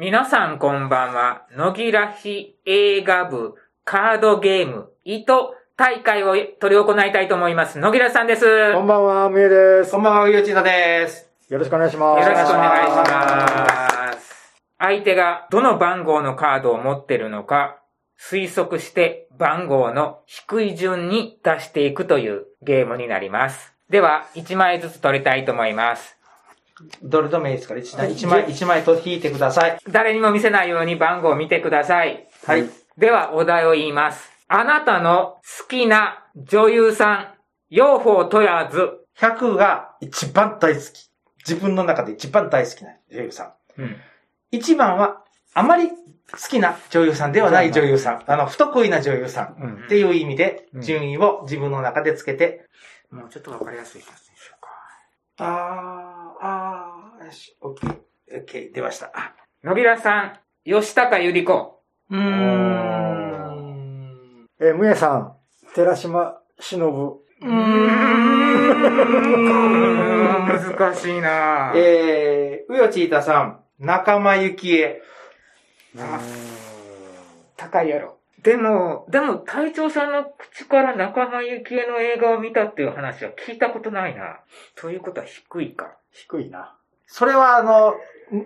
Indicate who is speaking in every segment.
Speaker 1: 皆さんこんばんは。野木らし映画部カードゲーム糸大会を取り行いたいと思います。野木らさんです。
Speaker 2: こん
Speaker 1: よ
Speaker 2: ばんは、みえです。
Speaker 3: こんばんは、ゆうちなです。
Speaker 2: よろしくお願いします。
Speaker 1: ろしくお願いし
Speaker 3: お願いし
Speaker 1: ます。相手がどの番号のカードを持ってるのか推測して番号の低い順に出していくというゲームになります。では、1枚ずつ取りたいと思います。
Speaker 3: どれでもいいですから、一枚、一枚、一枚と引いてください。
Speaker 1: 誰にも見せないように番号を見てください。
Speaker 3: はい。
Speaker 1: では、お題を言います。あなたの好きな女優さん、用法問わず。
Speaker 3: 100が一番大好き。自分の中で一番大好きな女優さ
Speaker 1: うん。
Speaker 3: ん。一番は、あまり好きな女優さんではない女優さん。あの、不得意な女優さん。
Speaker 2: うん
Speaker 3: っていう意味で
Speaker 2: う、ん
Speaker 3: 順位を自分の中でつけて、
Speaker 1: もうちょっとわかりやすい感じでしょうか。
Speaker 3: あー、あー、よし、オッケー、オッケー、出ました。あ
Speaker 1: 野木らさん、吉高由里子。
Speaker 3: うーん。
Speaker 2: えー、むえさん、寺島忍。
Speaker 3: うーん。
Speaker 1: 難しいなぁ。
Speaker 3: えー、うよちいたさん、仲間ゆきえ。
Speaker 1: あ高いやろ。でも、でも、隊長さんの口から仲間由紀恵の映画を見たっていう話は聞いたことないな。ということは低いか。
Speaker 2: 低いな。
Speaker 3: それはあの、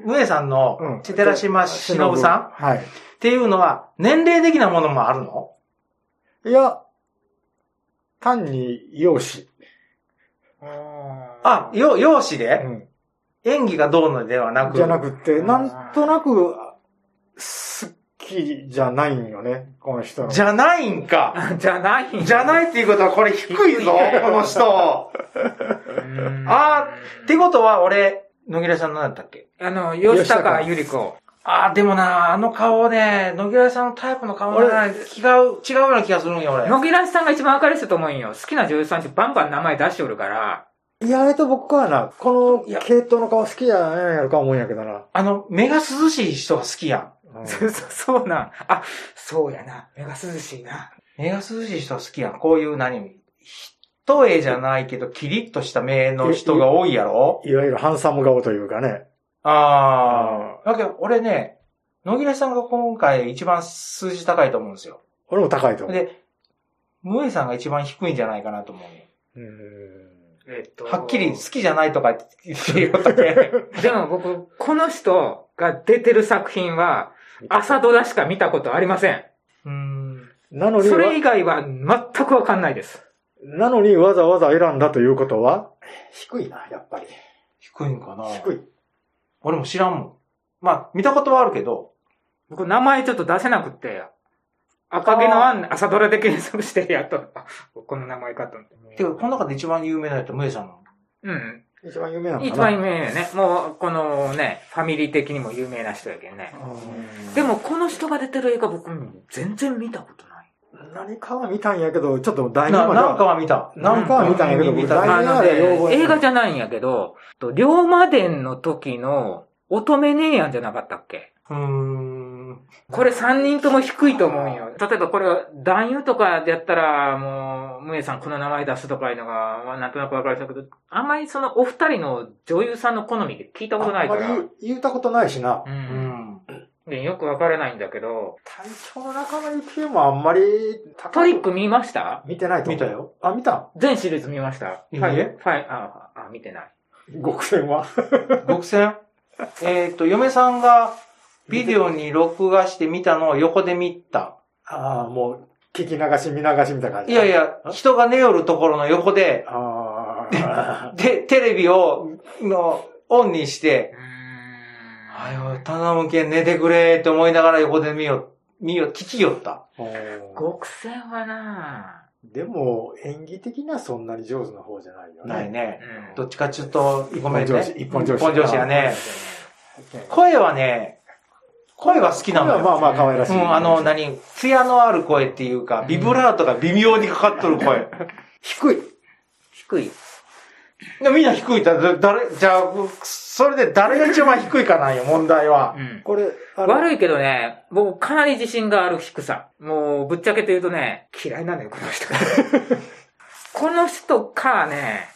Speaker 3: むえさんの、ちてらしましのぶさんっ
Speaker 2: はい。
Speaker 3: ていうのは、年齢的なものもあるの
Speaker 2: いや、単に容姿。
Speaker 3: あ、よ、容姿で、
Speaker 2: うん
Speaker 3: 演技がどうのではなく。
Speaker 2: じゃなくて、
Speaker 1: うん
Speaker 2: なんとなく、好きじゃないんよね、この人の。
Speaker 3: じゃないんか。
Speaker 1: じゃない。
Speaker 3: じゃないいっていうことは、これ低いぞ、この人。
Speaker 1: あ
Speaker 3: あってことは、俺、野木らさん何だったっけ
Speaker 1: あの、吉高由里子。
Speaker 3: あー、でもな、あの顔ね、野木らさんのタイプの顔がな気が違うような気がするんよ、俺。
Speaker 1: 野木らしさんが一番明るい人と思うんよ。好きな女優さんってバンバン名前出しておるから。
Speaker 2: いや、あれと僕はな、こ
Speaker 3: い
Speaker 2: の
Speaker 3: や
Speaker 2: 系統の顔好きじゃないんやろか思うんやけどな。
Speaker 3: あの、目が涼しい人が好きやん。
Speaker 2: うん
Speaker 1: そうそうなん。あ、そうやな。目が涼しいな。
Speaker 3: 目が涼しい人好きやん。こういう何一重じゃないけど、キリッとした目の人が多いやろ
Speaker 2: いわゆるハンサム顔というかね。
Speaker 3: ああ。だけど、俺ね、野木さんが今回一番数字高いと思うんですよ。
Speaker 2: 俺も高いと思う。
Speaker 3: で、ムエさんが一番低いんじゃないかなと思うね。
Speaker 2: うん
Speaker 1: えっと
Speaker 3: はっきり好きじゃないとか言って言おった け。
Speaker 1: でも僕、この人が出てる作品は、朝ドラしか見たことありません。
Speaker 3: うーん。
Speaker 2: なのに
Speaker 1: そ
Speaker 2: わ、
Speaker 1: れ以外は全くわかんないです。
Speaker 2: なのにわざわざ選んだということは低いな、やっぱり。
Speaker 3: 低いんかな
Speaker 2: 低い。
Speaker 3: 俺も知らんもん。まあ、見たことはあるけど、
Speaker 1: 僕、名前ちょっと出せなくて、赤毛のアン、朝ドラで検索してやっと、あ この名前かと思って。
Speaker 3: てか、この中で一番有名な人はムエさんなの。
Speaker 1: うん。
Speaker 2: 一番有名なのかな
Speaker 1: 一番有名やね。もう、このね、ファミリー的にも有名な人やけんね。でも、この人が出てる映画僕、全然見たことない。
Speaker 2: うん何かは見たんやけど、ちょっと第二
Speaker 3: な
Speaker 2: まで
Speaker 3: なんか
Speaker 2: は。
Speaker 3: は見た。
Speaker 2: なんかは見たんやけど、
Speaker 3: 見
Speaker 2: 僕
Speaker 3: た
Speaker 2: 第
Speaker 1: あ
Speaker 2: 二
Speaker 1: の
Speaker 2: まで要望
Speaker 1: ね、映画じゃないんやけど、と龍馬伝の時の乙女姉やんじゃなかったっけ
Speaker 3: うーん。
Speaker 1: これ3人とも低いと思うんよ。例えばこれ、男優とかでやったら、もう、ムエさんこの名前出すとかいうのが、まあなんとなくわかるんだけど、あんまりそのお二人の女優さんの好みで聞いたことないから。
Speaker 2: あんまり言うたことないしな
Speaker 1: う。。
Speaker 3: うんん。
Speaker 1: でよくわからないんだけど、
Speaker 2: 隊長の仲間由紀恵もあんまり高く
Speaker 1: トリック見ました
Speaker 2: 見てないと思う
Speaker 3: 見たよ。
Speaker 2: あ、見た
Speaker 1: 全シリーズ見ました
Speaker 3: いいえ
Speaker 1: ファイファイあ、あ、見てない。
Speaker 2: 極戦は。
Speaker 3: 独占 えっと、嫁さんがビデオに録画して見たのを横で見た。
Speaker 2: ああ、もう、聞き流し、見流しみたいな感じ。
Speaker 3: いやい。や、人が寝よるところの横で、
Speaker 2: あ あ。
Speaker 3: で、テレビを、の、オンにして、は
Speaker 1: う
Speaker 3: よ、頼むけん寝てくれって思いながら横で見よ、見よ、聞きよった。
Speaker 1: 極戦はな
Speaker 2: でも、演技的にはそんなに上手な方じゃないよね。
Speaker 3: ないね。
Speaker 1: うん
Speaker 3: どっちかっちゅうと、ごめんね。
Speaker 2: 一本上司一本上司
Speaker 3: 一本上司や
Speaker 2: ね
Speaker 3: ね。声はね、声は好きなのよ。
Speaker 2: まあまあ可愛らしい。
Speaker 3: うん、あの、何、ツヤのある声っていうか、ビブラートが微妙にかかっとる声。
Speaker 2: 低い。
Speaker 1: 低い。
Speaker 3: でみんな低いだ、だ誰、じゃあ、それで誰が一番低いかなんよ、問題は
Speaker 1: う。ん。
Speaker 2: これ、あの
Speaker 1: 悪いけどね、僕かなり自信がある低さ。もう、ぶっちゃけて言うとね、嫌いなのよ、この人。 この人かね、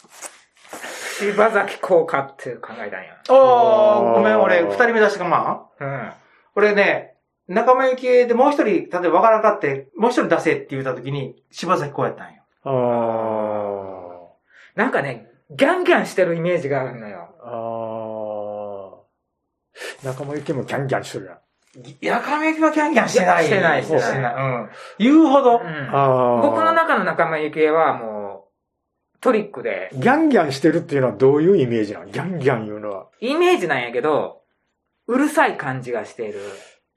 Speaker 1: 柴崎効果って考えたんや。
Speaker 3: おー、ごめ
Speaker 2: あー
Speaker 3: ん、俺、二人目出したかま
Speaker 1: うん。
Speaker 3: これね、仲間由紀恵でもう一人、例えばわからなかって、もう一人出せって言った時に、柴崎こうやったんよ。
Speaker 4: あー
Speaker 1: なんかね、ギャンギャンしてるイメージがあるのよ。
Speaker 4: あー。仲間由紀恵もギャンギャンしてるやん。
Speaker 3: 仲間由紀恵はキャンキャンしてない。
Speaker 1: してない、して
Speaker 3: そう
Speaker 1: ない。うん。
Speaker 3: 言うほど。
Speaker 1: うん
Speaker 4: あー
Speaker 1: 僕の中の仲間由紀恵はもう、トリックで、
Speaker 4: ギャンギャンしてるっていうのはどういうイメージなのギャンギャン言うのは。
Speaker 1: イメージなんやけど、うるさい感じがしている。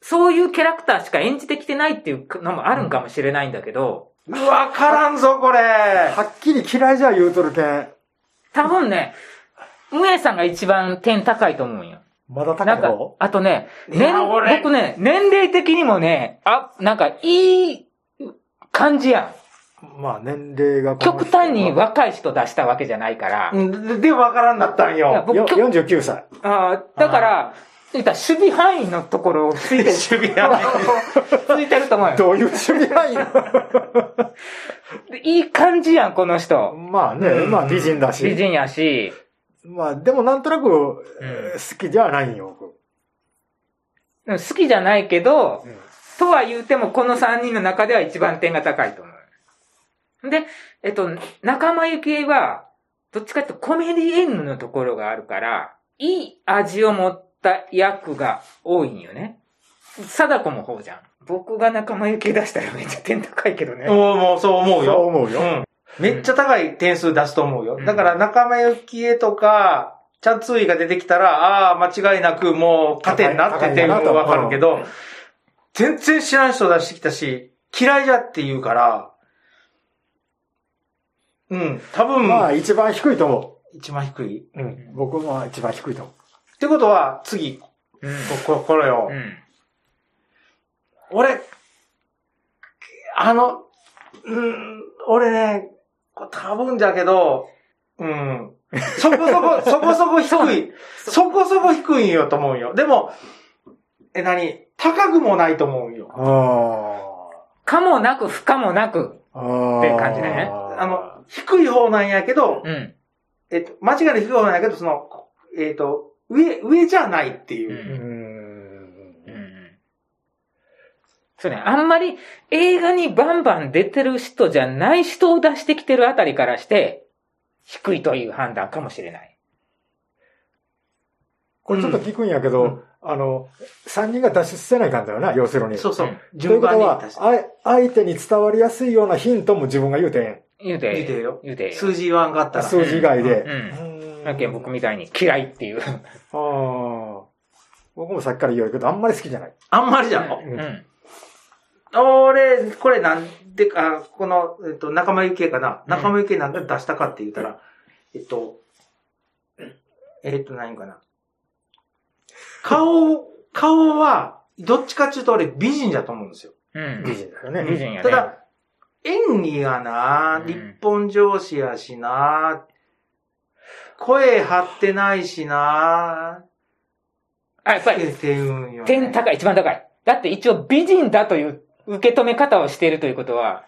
Speaker 1: そういうキャラクターしか演じてきてないっていうのもあるんかもしれないんだけど、
Speaker 3: わからんぞ、これ。
Speaker 2: はっきり嫌いじゃ言うとるけん。
Speaker 1: 多分ね、ムエさんが一番点高いと思うんよ。
Speaker 4: まだ
Speaker 1: なん
Speaker 4: 高
Speaker 1: か
Speaker 4: い方、
Speaker 1: あとね、
Speaker 3: い
Speaker 1: 年
Speaker 3: や俺
Speaker 1: 僕ね、年齢的にもね、あ、なんかいい感じやん。
Speaker 4: まあね。
Speaker 2: 年齢がこの
Speaker 1: 極
Speaker 2: 人
Speaker 1: 端に若い人出したわけじゃないから。
Speaker 3: うんで、でわからんなった
Speaker 1: い
Speaker 3: ん
Speaker 1: や
Speaker 3: よ。
Speaker 1: 僕
Speaker 4: よ
Speaker 1: 極
Speaker 4: 49歳。
Speaker 1: あーだから、言ったら守備範囲のところをついてる。
Speaker 3: 守備範
Speaker 1: ついてると思うよ。
Speaker 4: どういう守備範囲な
Speaker 1: でいい感じやん、この人。
Speaker 4: の まあね、
Speaker 3: うん
Speaker 4: まあ美人だ
Speaker 1: 美
Speaker 4: し。
Speaker 1: 人やし。
Speaker 4: まあでもなんとなく、えー好きじゃないよ、僕。
Speaker 1: うん好きじゃないけど、
Speaker 4: うん
Speaker 1: とは言うてもこの3人の中では一番点が高いと思う。で、えっと、仲間由紀恵は、どっちかっていうとコメディエンヌのところがあるから、いい味を持った役が多いんよね。貞子も方じゃん。僕が仲間由紀恵出したらめっちゃ点高いけどね。
Speaker 3: おーもうそう思
Speaker 4: そ
Speaker 3: う
Speaker 4: う
Speaker 3: よ。
Speaker 4: 思うよ。
Speaker 3: うん。めっちゃ高い点数出すと思うよ。
Speaker 1: うん
Speaker 3: だから仲間由紀恵とか、チャンツーイが出てきたら、ああ、間違いなくもう勝てんなって点もわかるけど、全然知らん人出してきたし、嫌いじゃって言うから、うん、多分、
Speaker 4: まあ一番低いと思
Speaker 3: 一番低い。っ
Speaker 4: う。うん。僕も一番低いと思う。
Speaker 3: てことは、次、こ、
Speaker 1: うん。
Speaker 3: ここれよ。
Speaker 1: うん。
Speaker 3: 俺、あの、うん、俺ね、これ多分じゃけど、うん。そこそこ、そこそこ低い。そこそこ低いんよと思うんよ。でも、え、何高くもないと思うんよ。
Speaker 4: あ
Speaker 1: かもなく不可もなく。
Speaker 4: あ。ああ。
Speaker 1: っていう感じね
Speaker 4: あ
Speaker 3: あの、低い方なんやけど、
Speaker 1: うん。
Speaker 3: えっと、間違いなく低い方なんやけど、その、えっと、上、上じゃないっていうう。
Speaker 4: うー
Speaker 1: ん。
Speaker 4: ん
Speaker 1: う。ん。そうね。あんまり映画にバンバン出てる人じゃない人を出してきてるあたりからして、低いという判断かもしれない。
Speaker 4: これちょっと聞くんやけど、
Speaker 3: うん
Speaker 4: あの、3人が脱出せないかんだよな、要するに。
Speaker 3: そうそう
Speaker 1: うん。
Speaker 4: という
Speaker 3: 順
Speaker 4: こと
Speaker 3: 番に
Speaker 4: は
Speaker 3: 足し、
Speaker 4: あ相手に伝わりやすいようなヒントも自分が言うてん。
Speaker 1: 言うて。
Speaker 3: 言うてええよ
Speaker 1: 言うてええ
Speaker 3: て
Speaker 1: よ
Speaker 3: 数字言わんかったら。
Speaker 4: 数字以外で。
Speaker 1: う。
Speaker 4: うんん
Speaker 1: だけど僕みたいに嫌いっていう。
Speaker 4: あー僕もさっきから言うけど、あんまり好きじゃない。
Speaker 3: あんまりじゃん。
Speaker 1: うん。うん
Speaker 3: 俺、これなんでか、この、えっと、仲間由紀恵かな。
Speaker 1: うん
Speaker 3: 仲間由紀恵なんで出したかって言ったら、えっと、えっと、何かな。顔、顔は、どっちかっていうと俺美人だと思うんですよ。
Speaker 1: うん。
Speaker 4: 美人だよ
Speaker 1: う
Speaker 4: ね。
Speaker 1: ん美人やね。
Speaker 3: ただ、演技がな
Speaker 1: う、ん
Speaker 3: 日本上司やしな、声張ってないしな、
Speaker 1: あ、やっぱり、
Speaker 3: って言うんよね
Speaker 1: 点高い、一番高い。だって一応美人だという受け止め方をしているということは、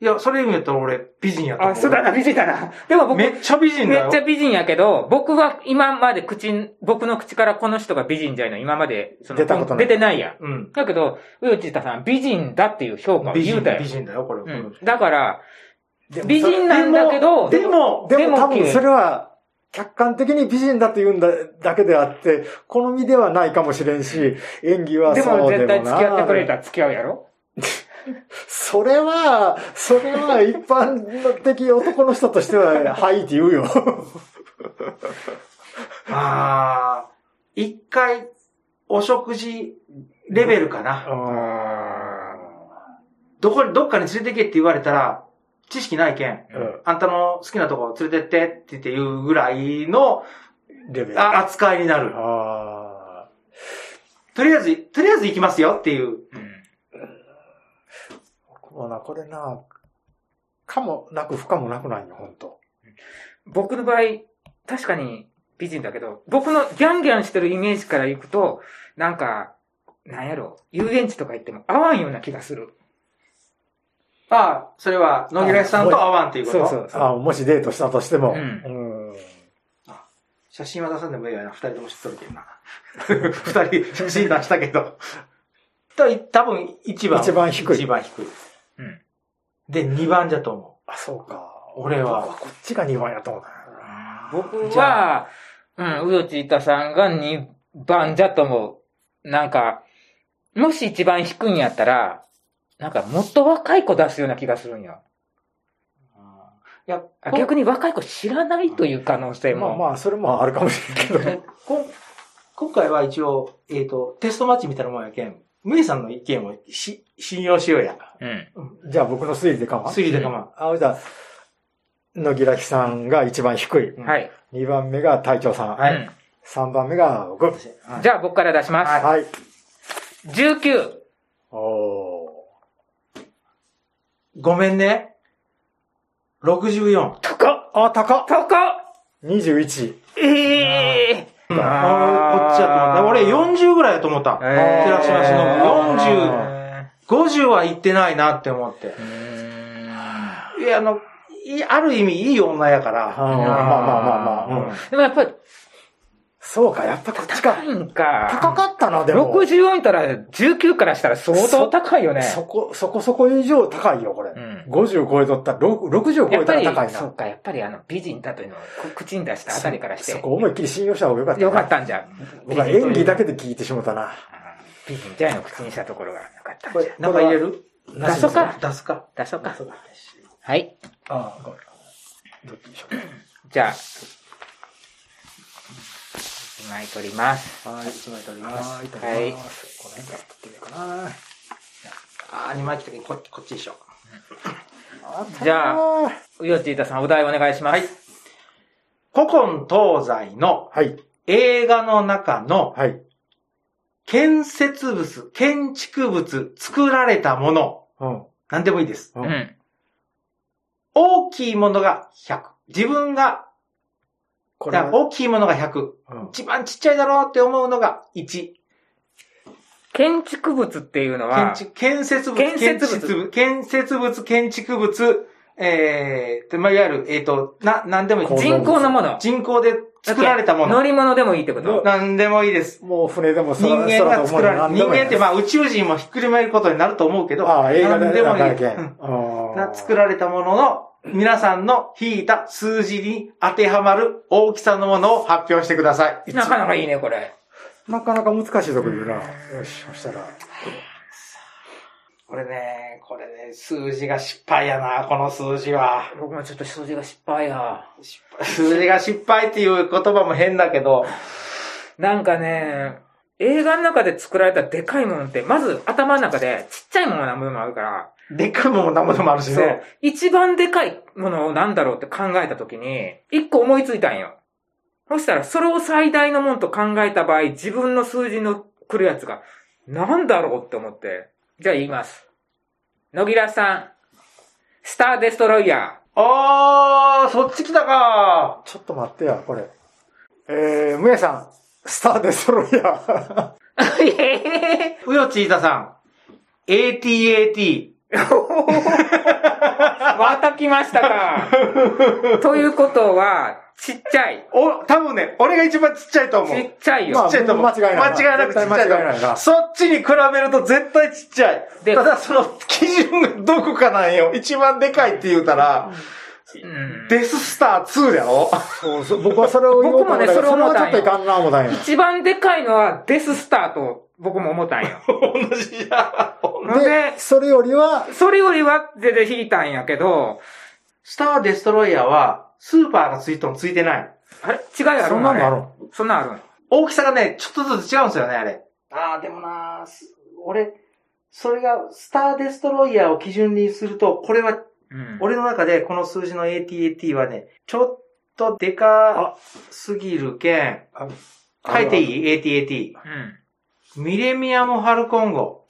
Speaker 3: いや、それ言うと俺美人やと思う。
Speaker 1: あ、そうだな、美人だな。でも僕、
Speaker 3: めっちゃ美人だ
Speaker 1: め
Speaker 3: よ。
Speaker 1: っちゃ美人やけど、僕は今まで口、僕の口からこの人が美人じゃないの、今まで、その
Speaker 4: 出たことない
Speaker 1: 出てないやん。
Speaker 3: うん。
Speaker 1: だけど、ウチタさん、美人だっていう評価を
Speaker 3: 美
Speaker 1: 言う
Speaker 3: 人
Speaker 1: たよ。
Speaker 3: 美人だよ、これ。
Speaker 1: うん。だから、美人なんだけど、
Speaker 3: でも、
Speaker 4: で
Speaker 1: で
Speaker 4: も
Speaker 1: も
Speaker 4: 多分それは、客観的に美人だと言うんだだけであって、好みではないかもしれんし、演技は
Speaker 1: で
Speaker 4: そう
Speaker 1: も
Speaker 4: でもな
Speaker 1: 絶対付き合ってくれたら付き合うやろ
Speaker 4: それは、それは一般的男の人としては、 はいって言うよ。
Speaker 3: ああ、一回、お食事レベルかな。どこに、どっかに連れてけって言われたら、知識ないけん。
Speaker 4: うん
Speaker 3: あんたの好きなとこ連れてってって言って言うぐらいの
Speaker 4: レベル。
Speaker 3: あ扱いになる。
Speaker 4: あ
Speaker 3: とりあえず、とりあえず行きますよっていう。
Speaker 1: うん。
Speaker 4: ーもうな、これな、かもなく不可もなくないよ、本当
Speaker 1: 僕の場合、確かに美人だけど、僕のギャンギャンしてるイメージからいくと、なんか、なんやろ、遊園地とか行っても合わんような気がする。
Speaker 3: ああ、それは、野木さんと会わんっていうこと。
Speaker 1: そうそうそう。
Speaker 4: あーもしデートしたとしても。
Speaker 1: うん
Speaker 4: うん
Speaker 3: 写真は出さんでもいいよな。二人とも知っとるけどな。二人写真出したけど。た多分一番。
Speaker 4: 一番低い
Speaker 3: 一番低い。
Speaker 1: うん。
Speaker 3: で、二番じゃと思
Speaker 4: あ、そうか。
Speaker 3: 俺は
Speaker 4: 僕こっちが2番やと思った。
Speaker 1: 僕
Speaker 3: じ
Speaker 1: は、
Speaker 3: ゃ
Speaker 1: うん、うよちいたさんが2番じゃと思う。なんか、もし一番低いんやったら、なんかもっと若い子出すような気がするんよ。
Speaker 3: う。いや、
Speaker 1: あ
Speaker 3: こ
Speaker 1: 逆に若い子知らないという可能性
Speaker 4: まあ
Speaker 1: も。
Speaker 4: まあ、それもあるかもしれんけど。
Speaker 3: えこ今回は一応、えっ、と、テストマッチみたいなもんやけん、ムエさんの意見をし信用しようや。
Speaker 1: うん。
Speaker 4: じゃあ僕の推理でかまん
Speaker 3: 推理でかま
Speaker 4: あ、じゃあ、野木らきさんが一番低い。
Speaker 3: うん
Speaker 1: はい。
Speaker 4: 2番目が隊長さん。
Speaker 3: はいう
Speaker 4: 3番目が僕。
Speaker 3: ん。
Speaker 1: んじゃあ僕から出します。
Speaker 4: はい。
Speaker 1: 19。
Speaker 4: おー。
Speaker 3: ごめんね。64。
Speaker 1: 高っ
Speaker 4: あ、高っ
Speaker 1: 高っ
Speaker 4: !21。
Speaker 1: ええ
Speaker 3: うん、あーこっちやと思った。俺40ぐらいやと思った。
Speaker 1: えー
Speaker 3: 寺島しのぶ40。
Speaker 1: え
Speaker 3: 50は行ってないなって思って
Speaker 1: ー。うーん
Speaker 3: いや、あの、いいある意味いい女やか
Speaker 4: あーまあ
Speaker 3: ら。
Speaker 4: まあまあまあ。うん
Speaker 1: でもやっぱり
Speaker 4: そうか、やっぱこっちか
Speaker 1: 高。いんか。
Speaker 4: 高かったな、でも。
Speaker 1: 64いたら19からしたら相当高いよね。
Speaker 4: そこ、そこそこ以上高いよ、これ。
Speaker 1: うん
Speaker 4: 50超えとったら、ろく60
Speaker 1: や
Speaker 4: 超
Speaker 1: っ
Speaker 4: えた
Speaker 1: ぱり
Speaker 4: ら高い、な。
Speaker 1: そうか、やっぱりあの、美人だというのをこ口に出したあたりからして
Speaker 4: そ、こ思いっきり信用した方がよかったな。
Speaker 1: よかったんじゃ。
Speaker 4: 僕は演技だけで聞いてしもたな。
Speaker 1: 美人じゃないの口にしたところがなかったん
Speaker 4: こ
Speaker 1: じ
Speaker 4: れ
Speaker 1: ゃ。
Speaker 3: なんか入れる
Speaker 1: 出そうか。
Speaker 3: 出すか。
Speaker 1: 出そうか。はい。
Speaker 4: ああ、ごめん。どっちでしょ
Speaker 1: じゃあ、一枚取ります。
Speaker 4: う。はい、一枚取ります。はい、
Speaker 1: は
Speaker 4: 取
Speaker 1: い
Speaker 4: ります。この辺から取ってみようかな。
Speaker 3: あー、2枚来たけど、こっちこっちでしょ。
Speaker 1: じゃあ、
Speaker 4: あ
Speaker 1: うよちいたさんお題お願いします。
Speaker 3: 古今東西の
Speaker 4: ーはい、
Speaker 3: 映画の中の
Speaker 4: はい。
Speaker 3: 建設物、建築物、作られたもの、
Speaker 4: うん。
Speaker 3: なんでもいいです。
Speaker 4: は
Speaker 1: う
Speaker 4: い
Speaker 1: ん。
Speaker 3: 大きいものが100。自分が、
Speaker 4: こ
Speaker 3: だから大きいものが100。
Speaker 4: うん
Speaker 3: 一番ちっちゃいだろうって思うのが1。
Speaker 1: 建築物っていうの
Speaker 3: 建
Speaker 1: は、
Speaker 3: 築、建設物、
Speaker 1: 建設物
Speaker 3: 物、建設物、建築物、えー、と、まあ、いわゆる、えっ、と、な、なんでもいい
Speaker 4: 構造
Speaker 1: 人工のもの。
Speaker 3: 人工で作られたも
Speaker 1: 乗
Speaker 3: の。
Speaker 1: り物でもいいってこと
Speaker 3: なんでもいいです。
Speaker 4: もう船でも
Speaker 3: 人間が作られ、人間ってま
Speaker 4: あ、
Speaker 3: あ宇宙人もひっくり返ることになると思うけど、
Speaker 4: ああ、映画
Speaker 3: なん
Speaker 4: で
Speaker 3: でも
Speaker 4: も
Speaker 3: いい
Speaker 4: いい。
Speaker 3: うん
Speaker 4: うん
Speaker 3: な作られたものの、皆さんの引いた数字に当てはまる大きさのものを発表してください。
Speaker 1: なかなかいいね、これ。
Speaker 4: なかなか難しいとこ言うな。よし、そしたら。
Speaker 3: これね、これね、数字が失敗やな、この数字は。
Speaker 1: 僕もちょっと掃除が失敗や。
Speaker 3: 失敗数字が失敗っていう言葉も変だけど、
Speaker 1: なんかね、映画の中で作られたでかいものって、まず頭の中でちっちゃいものなものもあるから、
Speaker 3: でっかいもんもなんぼでもあるし
Speaker 1: そう
Speaker 3: ね。。
Speaker 1: 一番でかいものをなんだろうって考えた時に、一個思いついたんよ。そしたら、それを最大のもんと考えた場合、自分の数字の来るやつが、なんだろうって思って。じゃあ言います。野木らさん、スターデストロイヤ
Speaker 3: あー、そっち来たか。
Speaker 4: ちょっと待ってや、これ。えー、むやさん、スターで揃いや。
Speaker 1: ー。 え
Speaker 3: うよちいたさん。ATAT。
Speaker 1: ー、また来ましたか。ということは、ちっちゃい。
Speaker 3: お、多分ね、俺が一番ちっちゃいと思う。
Speaker 1: ち
Speaker 3: ち
Speaker 1: っちゃいよ。
Speaker 4: まあ
Speaker 3: っちゃいと思う。
Speaker 4: 間違いないな
Speaker 3: 間違いなくちっちゃ
Speaker 4: 絶対
Speaker 3: いと
Speaker 4: 間違いない
Speaker 3: 思う。
Speaker 4: な
Speaker 3: そっちに比べると絶対ちっちゃい。
Speaker 1: で
Speaker 3: ただその基準がどこかなんよ。一番でかいって言うた
Speaker 1: う
Speaker 3: ら、
Speaker 1: ん
Speaker 3: デススター2やろ
Speaker 4: そうそう、僕はそれを言おうと思ったけど、
Speaker 1: 僕
Speaker 4: それ
Speaker 1: もね
Speaker 4: はちょっといかんな、思たんや。
Speaker 1: 一番でかいのはデススターと僕も思った んよ。
Speaker 3: 同じや。
Speaker 1: ほんで
Speaker 4: で、、それよりは、
Speaker 1: それよりは全然引いたんやけど、
Speaker 3: スターデストロイヤーは、スーパーがついてもついてない。
Speaker 1: あれ違いある
Speaker 4: そんなん
Speaker 1: れ
Speaker 4: なの
Speaker 1: そんなんあるん
Speaker 3: 大きさがね、ちょっとずつ違うんですよね、あれ。ああ、でもなーす俺、それが、スターデストロイヤーを基準にすると、これは
Speaker 1: うん。
Speaker 3: 俺の中でこの数字の ATAT はね、ちょっとでかすぎるけん。
Speaker 4: あ
Speaker 3: 書いていい ?ATAT。ミレミアム・ハルコン号。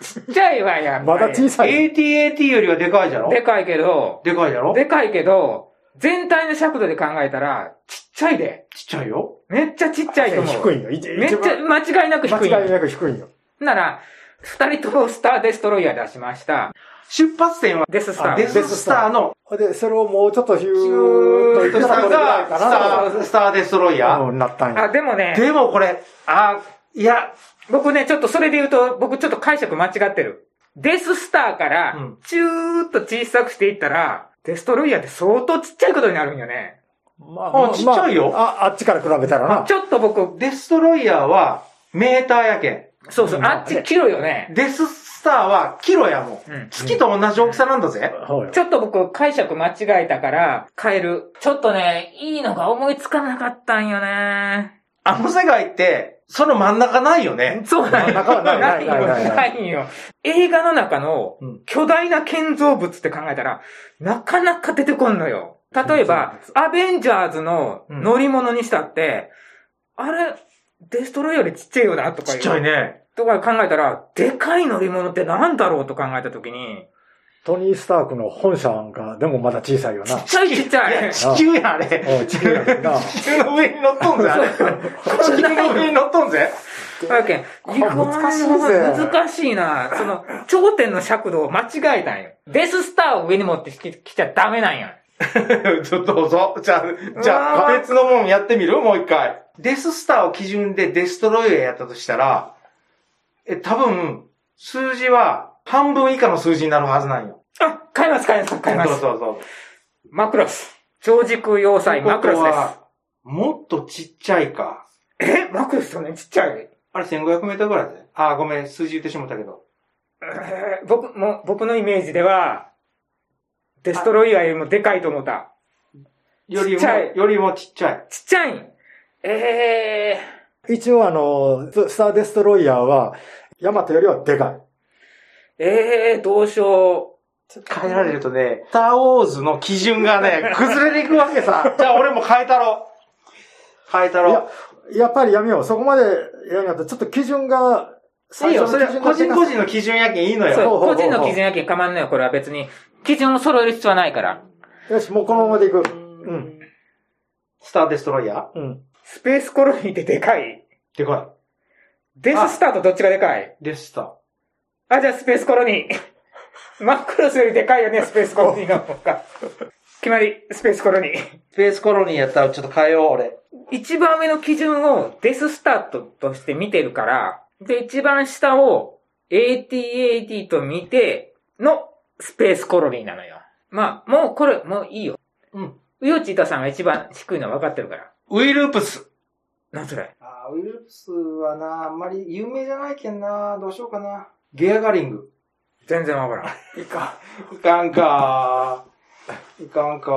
Speaker 1: ちっちゃいわやん。
Speaker 4: まだ小さい。
Speaker 3: ATAT よりはでかいじゃろ
Speaker 1: でかいけど、
Speaker 3: でかいじゃろちっ
Speaker 1: でかいけど、全体の尺度で考えたら、ちっちゃいで。
Speaker 3: ちゃいよ。
Speaker 1: めっちゃちっちゃいと思う。
Speaker 4: 低いよ。い
Speaker 1: めっち
Speaker 4: 一
Speaker 1: ゃ、
Speaker 4: 番
Speaker 1: 間違いなく低い。
Speaker 4: 間違いなく低いよ。
Speaker 1: なら、二人ともスターデストロイヤー出しました。
Speaker 3: 出発点は、
Speaker 1: デススタ
Speaker 3: あデ
Speaker 1: ー。
Speaker 3: ススターの、
Speaker 4: で、それをもうちょっとヒュ
Speaker 3: ヒ
Speaker 4: ーっ
Speaker 3: ュー
Speaker 4: と
Speaker 3: と
Speaker 4: いっ
Speaker 3: したた
Speaker 4: らこれ
Speaker 3: の
Speaker 4: ぐらい
Speaker 3: が、スタ
Speaker 4: か
Speaker 3: ー、スターデストロイ
Speaker 4: な。
Speaker 3: ヤ
Speaker 4: うん、なったん
Speaker 1: あ、
Speaker 4: や。
Speaker 1: でも
Speaker 3: ー。
Speaker 1: ね、
Speaker 3: でもこれ、あーいや、
Speaker 1: 僕ね、ちょっとそれで言うと、僕ちょっと解釈間違ってる。デススターか
Speaker 3: う
Speaker 1: ら
Speaker 3: ん、
Speaker 1: チューっと小さくしていったら、デストロイヤーって相当ちっちゃいことになるんよね。
Speaker 4: ま
Speaker 3: あちっちゃいよ
Speaker 4: まあ、ああっちから比べたらな。
Speaker 1: ちょっと僕、
Speaker 3: デストロイヤーはメーターやけ
Speaker 1: そうそうう、
Speaker 4: ん
Speaker 1: あっち切るよ
Speaker 3: ん。
Speaker 1: ね。
Speaker 3: デススターはキロやもん。
Speaker 1: うん。
Speaker 3: 月と同じ大きさなんだぜ。
Speaker 4: そうよ
Speaker 1: ちょっと僕、解釈間違えたから、変える。ちょっとね、いいのが思いつかなかったんよね。
Speaker 3: あの世界って、その真ん中ないよね。
Speaker 1: そうなんよ。
Speaker 4: 中はない
Speaker 1: ないよ、
Speaker 4: ないないない
Speaker 1: ないよ。映画の中の
Speaker 3: うん
Speaker 1: 巨大な建造物って考えたら、なかなか出てこんのよ。例えば、アベンジャーズの乗り物にしたって、あれ、デストロイヤーよりちっちゃいよな、とか
Speaker 3: ち
Speaker 1: い
Speaker 3: っ
Speaker 1: う。
Speaker 3: ちゃいね。
Speaker 1: とか考えたら、でかい乗り物ってなんだろうと考えたときに、
Speaker 4: トニー・スタークの本社なんかでもまだ小さいよな。
Speaker 1: ちっちゃいちっち
Speaker 3: い
Speaker 1: ゃ
Speaker 3: や、
Speaker 1: い。
Speaker 3: 地球や、あれ。
Speaker 4: おう地球やもんな。
Speaker 3: 地球の上に乗っとんぜ、あれ。地球の上に乗っとんぜ。
Speaker 1: だけん
Speaker 4: これ難しいぜ
Speaker 1: これは難しいな。その、頂点の尺度を間違えたんよ。デススターを上に持ってききちゃダメなんや。
Speaker 3: ちょっとどうぞ。じゃあ、じゃ
Speaker 1: う
Speaker 3: あ、
Speaker 1: わー
Speaker 3: 別のもんやってみるもう一回。デススターを基準でデストロイヤーやったとしたら、え、多分、数字は半分以下の数字になるはずなんよ。
Speaker 1: あ、買います、買います、買いま
Speaker 3: そう
Speaker 1: す。
Speaker 3: そうそう。
Speaker 1: マクロス。超軸要塞マクロス
Speaker 3: とい
Speaker 1: で
Speaker 3: うことはもっとちっちゃいか。
Speaker 1: す。えマクロスそんなにちっちゃい、
Speaker 3: あれ1500メートルぐらいで。あー、ごめん、数字言ってしまったけど。
Speaker 1: えー僕も、僕のイメージでは、デストロイヤーよりもでかいと思った。
Speaker 3: よ
Speaker 1: ちっ
Speaker 3: りも、
Speaker 1: ちゃい
Speaker 3: よりもちっちゃい。
Speaker 1: ちっちゃいんえ
Speaker 4: 一応あの、スター・デストロイヤーは、ヤマトよりはでかい。
Speaker 1: ー、えー、どうしよ
Speaker 3: 変えられるとね、スターウォーズの基準が ね、崩れていくわけさ。じゃあ俺も変えたろ。変えた
Speaker 4: い
Speaker 3: ろ
Speaker 4: や。やっぱりやめよう。そこまでやるんやったら、ちょっと基準が、
Speaker 3: いいよ、それは個人個
Speaker 4: 人。
Speaker 3: 人の基準やけんいいの
Speaker 1: う。
Speaker 3: よ。
Speaker 1: そう、
Speaker 4: ほうほうほ
Speaker 1: 個
Speaker 4: うほう
Speaker 1: 人の基準やけん構わんのよ。これは別に、基準を揃える必要はないから。
Speaker 4: よし、もうこのままでいく。。
Speaker 3: うんスターデストロイヤー
Speaker 4: うん。
Speaker 1: スペースコロニーってでかい
Speaker 3: でか
Speaker 1: デススターとどっちがでかい
Speaker 3: い。デスタ
Speaker 1: あ、じゃあスペースコロニー。マクロスよりでかいよね、スペースコロニーの方が。決まり、スペースコロニー。
Speaker 3: ー。スペースコロニーやったらちょっと変えよう、俺。
Speaker 1: 一番上の基準をデススタートとして見てるから、で、一番下を AT-AT と見てのスペースコロニーなのよ。まあ、もうこれ、もういいよ。
Speaker 3: うん。
Speaker 1: ウヨチータさんが一番低いのは分かってるから。
Speaker 3: ウイループス。
Speaker 1: なんそれ。
Speaker 3: あウイループスはな、あんまり有名じゃないけんな。どうしようかな。ゲアガリング。
Speaker 1: 全然分からん。
Speaker 3: いかん。いかんかいかんか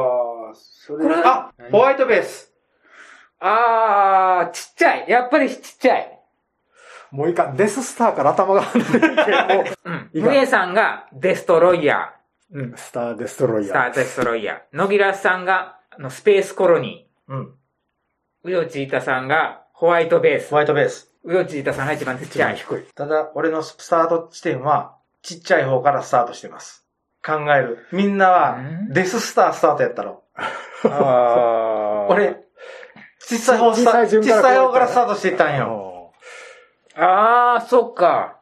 Speaker 3: それ
Speaker 1: これ
Speaker 3: あ、ホワイトベース。
Speaker 1: あー、ちっちゃい。やっぱりちっちゃい。
Speaker 4: もういいかん。デススターから頭が離れていけ。も
Speaker 1: うん。
Speaker 4: いいか
Speaker 1: ムエさんがデストロイヤー。
Speaker 4: ううん。スター・デストロイ
Speaker 1: ス
Speaker 4: ヤ
Speaker 1: タ
Speaker 4: ー。
Speaker 1: ー・デストロイヤー。野木らさんがあのスペースコロニ
Speaker 3: うん。
Speaker 1: ー。ウヨチータさんがホワイトベース
Speaker 3: ホ。ワイトベース。
Speaker 1: ウヨチータさんが一番ちっちゃい。
Speaker 4: 低い。
Speaker 3: ただ、俺のスタート地点は、ちっちゃい方からスタートしてます。考える。みんなは
Speaker 1: う、ん
Speaker 3: デススタースタートやったろ。
Speaker 1: あー
Speaker 3: 俺、小さい方ス
Speaker 4: 小
Speaker 3: タ
Speaker 4: さい
Speaker 3: 小
Speaker 4: 順から
Speaker 3: さい方からスタートしていったんよ。
Speaker 4: お
Speaker 1: ああ、そっか。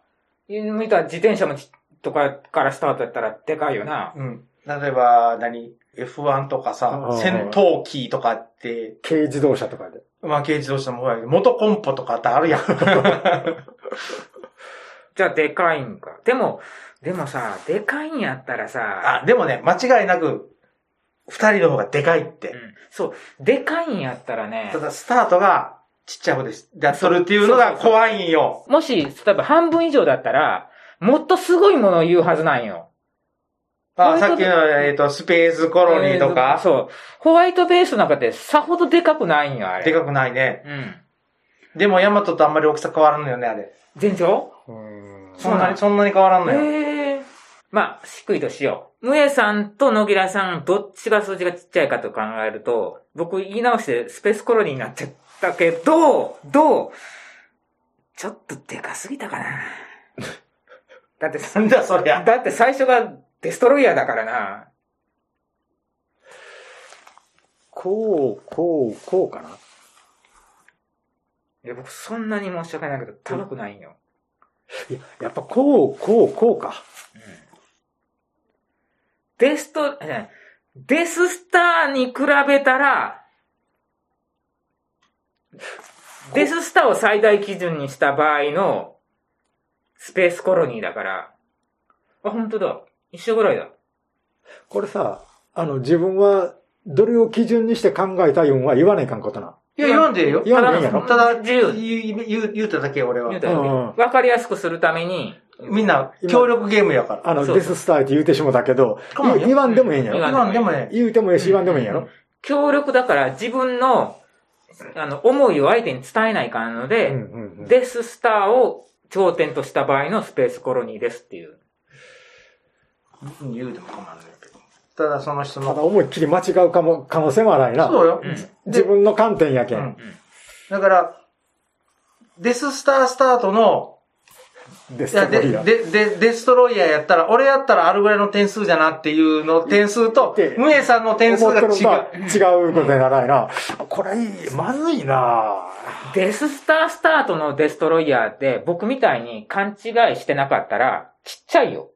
Speaker 1: 見た自転車もちとかからスタートやったらでかいよな。
Speaker 3: うん。例えば何、F1 とかさ
Speaker 4: う、ん
Speaker 3: 戦闘機とかって、
Speaker 4: ー軽自動車とかで。
Speaker 3: まあ、軽自動車もそうやけど、元コンポとかって あるやん。
Speaker 1: じゃあでかいんか。でも、でもさ、でかいんやったらさ、
Speaker 3: あ、でもね、間違いなく、二人の方がでかいっ
Speaker 1: う
Speaker 3: て。
Speaker 1: ん、そう、でかいんやったらね
Speaker 3: た、だ、スタートが、ちっちゃい方です。やっとるっていうのが怖いんよ。
Speaker 1: もし、例えば半分以上だったら、もっとすごいものを言うはずなんよ。そうい
Speaker 3: あ、
Speaker 1: う
Speaker 3: さ
Speaker 1: こ
Speaker 3: っ
Speaker 1: と
Speaker 3: きの、えっ、と、スペースコロニーと
Speaker 1: え
Speaker 3: か
Speaker 1: ー、そう。ホワイトベースなんかってさほどでかくないんよ、あれ。
Speaker 3: でかくないね。
Speaker 1: うん。
Speaker 3: でも、ヤマトとあんまり大きさ変わらんのよね、あれ。
Speaker 1: 全長
Speaker 4: うん。
Speaker 3: そんなに、そんなに変わらんのよ。
Speaker 1: ええまあ、低いとしよう。ムエさんと野木らさん、どっちが数字がちっちゃいかと考えると、僕言い直してスペースコロニーになっちゃったけど、どうちょっとでかすぎたかな。だって
Speaker 3: な
Speaker 1: さ、
Speaker 3: ん だそりゃ。
Speaker 1: だって最初がデストロイヤーだからな。
Speaker 4: こう、こう、こうかな。
Speaker 1: いや、僕そんなに申し訳ないけど、高くないんよ。
Speaker 4: いや、やっぱこう、こう、こうか。
Speaker 1: デスト、えデススターに比べたら、デススターを最大基準にした場合のスペースコロニーだから、あ、本当だ。一緒ぐらいだ。
Speaker 4: これさ、あの、自分は、どれを基準にして考えたいんは言わないかんことな。
Speaker 3: いや、読んでるよ。
Speaker 4: 言わないんや
Speaker 1: た
Speaker 4: ろ
Speaker 1: だ
Speaker 3: ただ、
Speaker 1: 自由
Speaker 3: 言う、言う、言うただけよ俺は
Speaker 1: 言う。たよね
Speaker 4: うんうん
Speaker 1: わかりやすくするために、
Speaker 3: みんな、協力ゲームやから。
Speaker 4: あの、
Speaker 1: そう
Speaker 4: デススターって言うてしもたけど、
Speaker 3: かもよ
Speaker 4: い言わんでもええんや
Speaker 1: 言
Speaker 4: ろ
Speaker 1: わ
Speaker 3: 今でもね、
Speaker 4: 言うてもええし、言わんでもええんやろ
Speaker 1: 協力だから自分の、あの、思いを相手に伝えないかんの
Speaker 4: う
Speaker 1: で、
Speaker 4: んうんうん。
Speaker 1: デススターを頂点とした場合のスペースコロニーですっていう。
Speaker 3: 言うても困るんだけど。ただその人
Speaker 4: ただ
Speaker 3: の。
Speaker 4: 思いっきり間違うかも、可能性もあないな。
Speaker 3: そうよ
Speaker 1: う。ん。
Speaker 4: 自分の観点やけ
Speaker 3: うん
Speaker 4: ん。
Speaker 3: だから、デススタースタートの、
Speaker 4: デス
Speaker 3: いや、
Speaker 4: スト
Speaker 3: で、
Speaker 4: ロイヤー。
Speaker 3: で、で、デストロイヤーやったら、俺やったらあるぐらいの点数じゃなっていうの点数と
Speaker 4: で、
Speaker 3: ムエさんの点数
Speaker 4: 思っ
Speaker 3: が
Speaker 4: て
Speaker 3: 違
Speaker 4: る
Speaker 3: う
Speaker 4: の。とは違うことにならないな。これいい、まずいな
Speaker 1: デススタースタートのデストロイヤーって僕みたいに勘違いしてなかったらちっちゃいよ。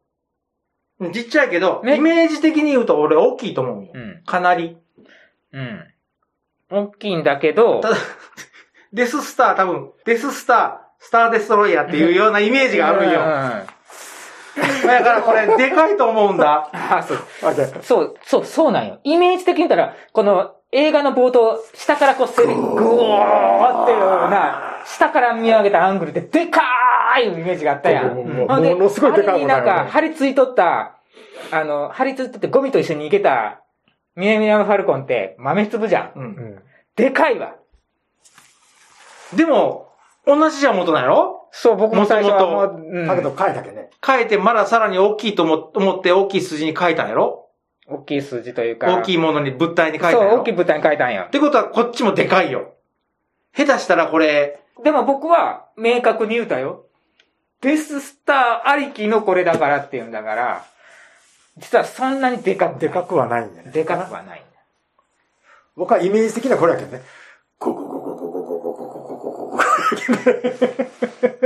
Speaker 3: うんちっちゃいけど、
Speaker 1: ね
Speaker 3: イメージ的に言うと俺大きいと思うよ
Speaker 1: う。ん。
Speaker 3: かなり。
Speaker 1: うん。大きいんだけど
Speaker 3: た、だ、デススター多分、デススター、スターデストロイヤーっていうようなイメージがあるん
Speaker 1: うんうん
Speaker 3: よ。
Speaker 1: うん
Speaker 3: だからこれ、でかいと思うんだ。
Speaker 1: あ、そう。
Speaker 4: あで
Speaker 1: そう、そう、そうなんよ。イメージ的に言ったら、この映画の冒頭、下からこう、せり、ぐおーっていうような、下から見上げたアングルで、でかーいイメージがあったやん。
Speaker 4: もう
Speaker 3: うん
Speaker 1: ほんで
Speaker 4: ものすごいで
Speaker 1: あ
Speaker 4: か
Speaker 1: れ
Speaker 4: い
Speaker 1: に
Speaker 4: もん
Speaker 1: な
Speaker 4: だ
Speaker 1: ん
Speaker 4: よ
Speaker 1: か、
Speaker 4: ね。
Speaker 1: 張り付いとった、あの、張り付いとってゴミと一緒に逃げた、ミネミアムファルコンって豆粒じゃん。
Speaker 3: うん
Speaker 1: でかいわ。
Speaker 3: でも、同じじゃ元なんやろ
Speaker 1: そう、僕も最初はも
Speaker 3: も
Speaker 1: う、う
Speaker 4: だけ
Speaker 1: ん、
Speaker 4: ど変えたけね。
Speaker 3: 変えて、まださらに大きいと思思って、大きい数字に書いたんやろ
Speaker 1: 大きい数字というか、
Speaker 3: 大きいものに、物体に書いたん
Speaker 1: そ
Speaker 3: や
Speaker 1: う、
Speaker 3: ろ
Speaker 1: 大きい舞台に書いたんよ
Speaker 3: っ。てことは、こっちもでかいよ。下手したらこれ、
Speaker 1: でも僕は明確に言うたよ。デススターありきのこれだからっていうんだから、実はそんなにでかく
Speaker 4: でかくはないんやね。
Speaker 1: でかくはない。
Speaker 4: 僕はイメージ的なこれやけんね。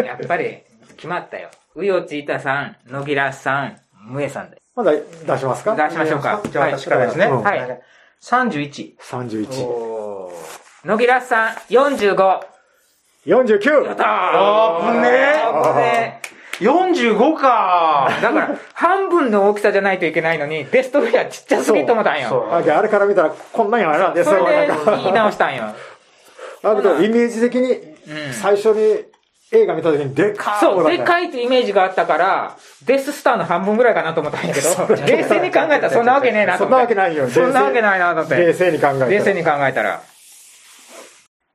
Speaker 1: やっぱり決まったよ。うよちいたさん、野木らさん、むえさんです。
Speaker 4: まだ出しますか
Speaker 1: 出しましょうか。
Speaker 3: じゃあ私からですね。
Speaker 4: うん
Speaker 1: はい。
Speaker 3: 31。
Speaker 4: 31。
Speaker 1: おー野木らさん、45。
Speaker 4: 49!
Speaker 3: あーぶね
Speaker 1: あぶね
Speaker 3: 45か
Speaker 1: だから、半分の大きさじゃないといけないのに、デストロイヤーちっちゃすぎと思ったんよ。
Speaker 4: あであれから見たらこんなんやな。で、
Speaker 1: そ
Speaker 4: そうな
Speaker 1: れ
Speaker 4: ん
Speaker 1: で
Speaker 4: か。
Speaker 1: 言い直したんよ。
Speaker 4: だけど、イメージ的に
Speaker 1: うん、
Speaker 4: 最初に映画見た時にでかー
Speaker 1: そう、
Speaker 4: だっ
Speaker 1: で
Speaker 4: た
Speaker 1: かいってイメージがあったから、デススターの半分ぐらいかなと思ったんやけど、冷静に考えたらそんなわけねえなと
Speaker 4: そん
Speaker 1: 思
Speaker 4: な
Speaker 1: っ
Speaker 4: わ
Speaker 1: て
Speaker 4: け。ないよ。
Speaker 1: そんなわけないなと思っ
Speaker 4: 冷
Speaker 1: て。
Speaker 4: 静に考えたら
Speaker 1: 冷静に考えたら。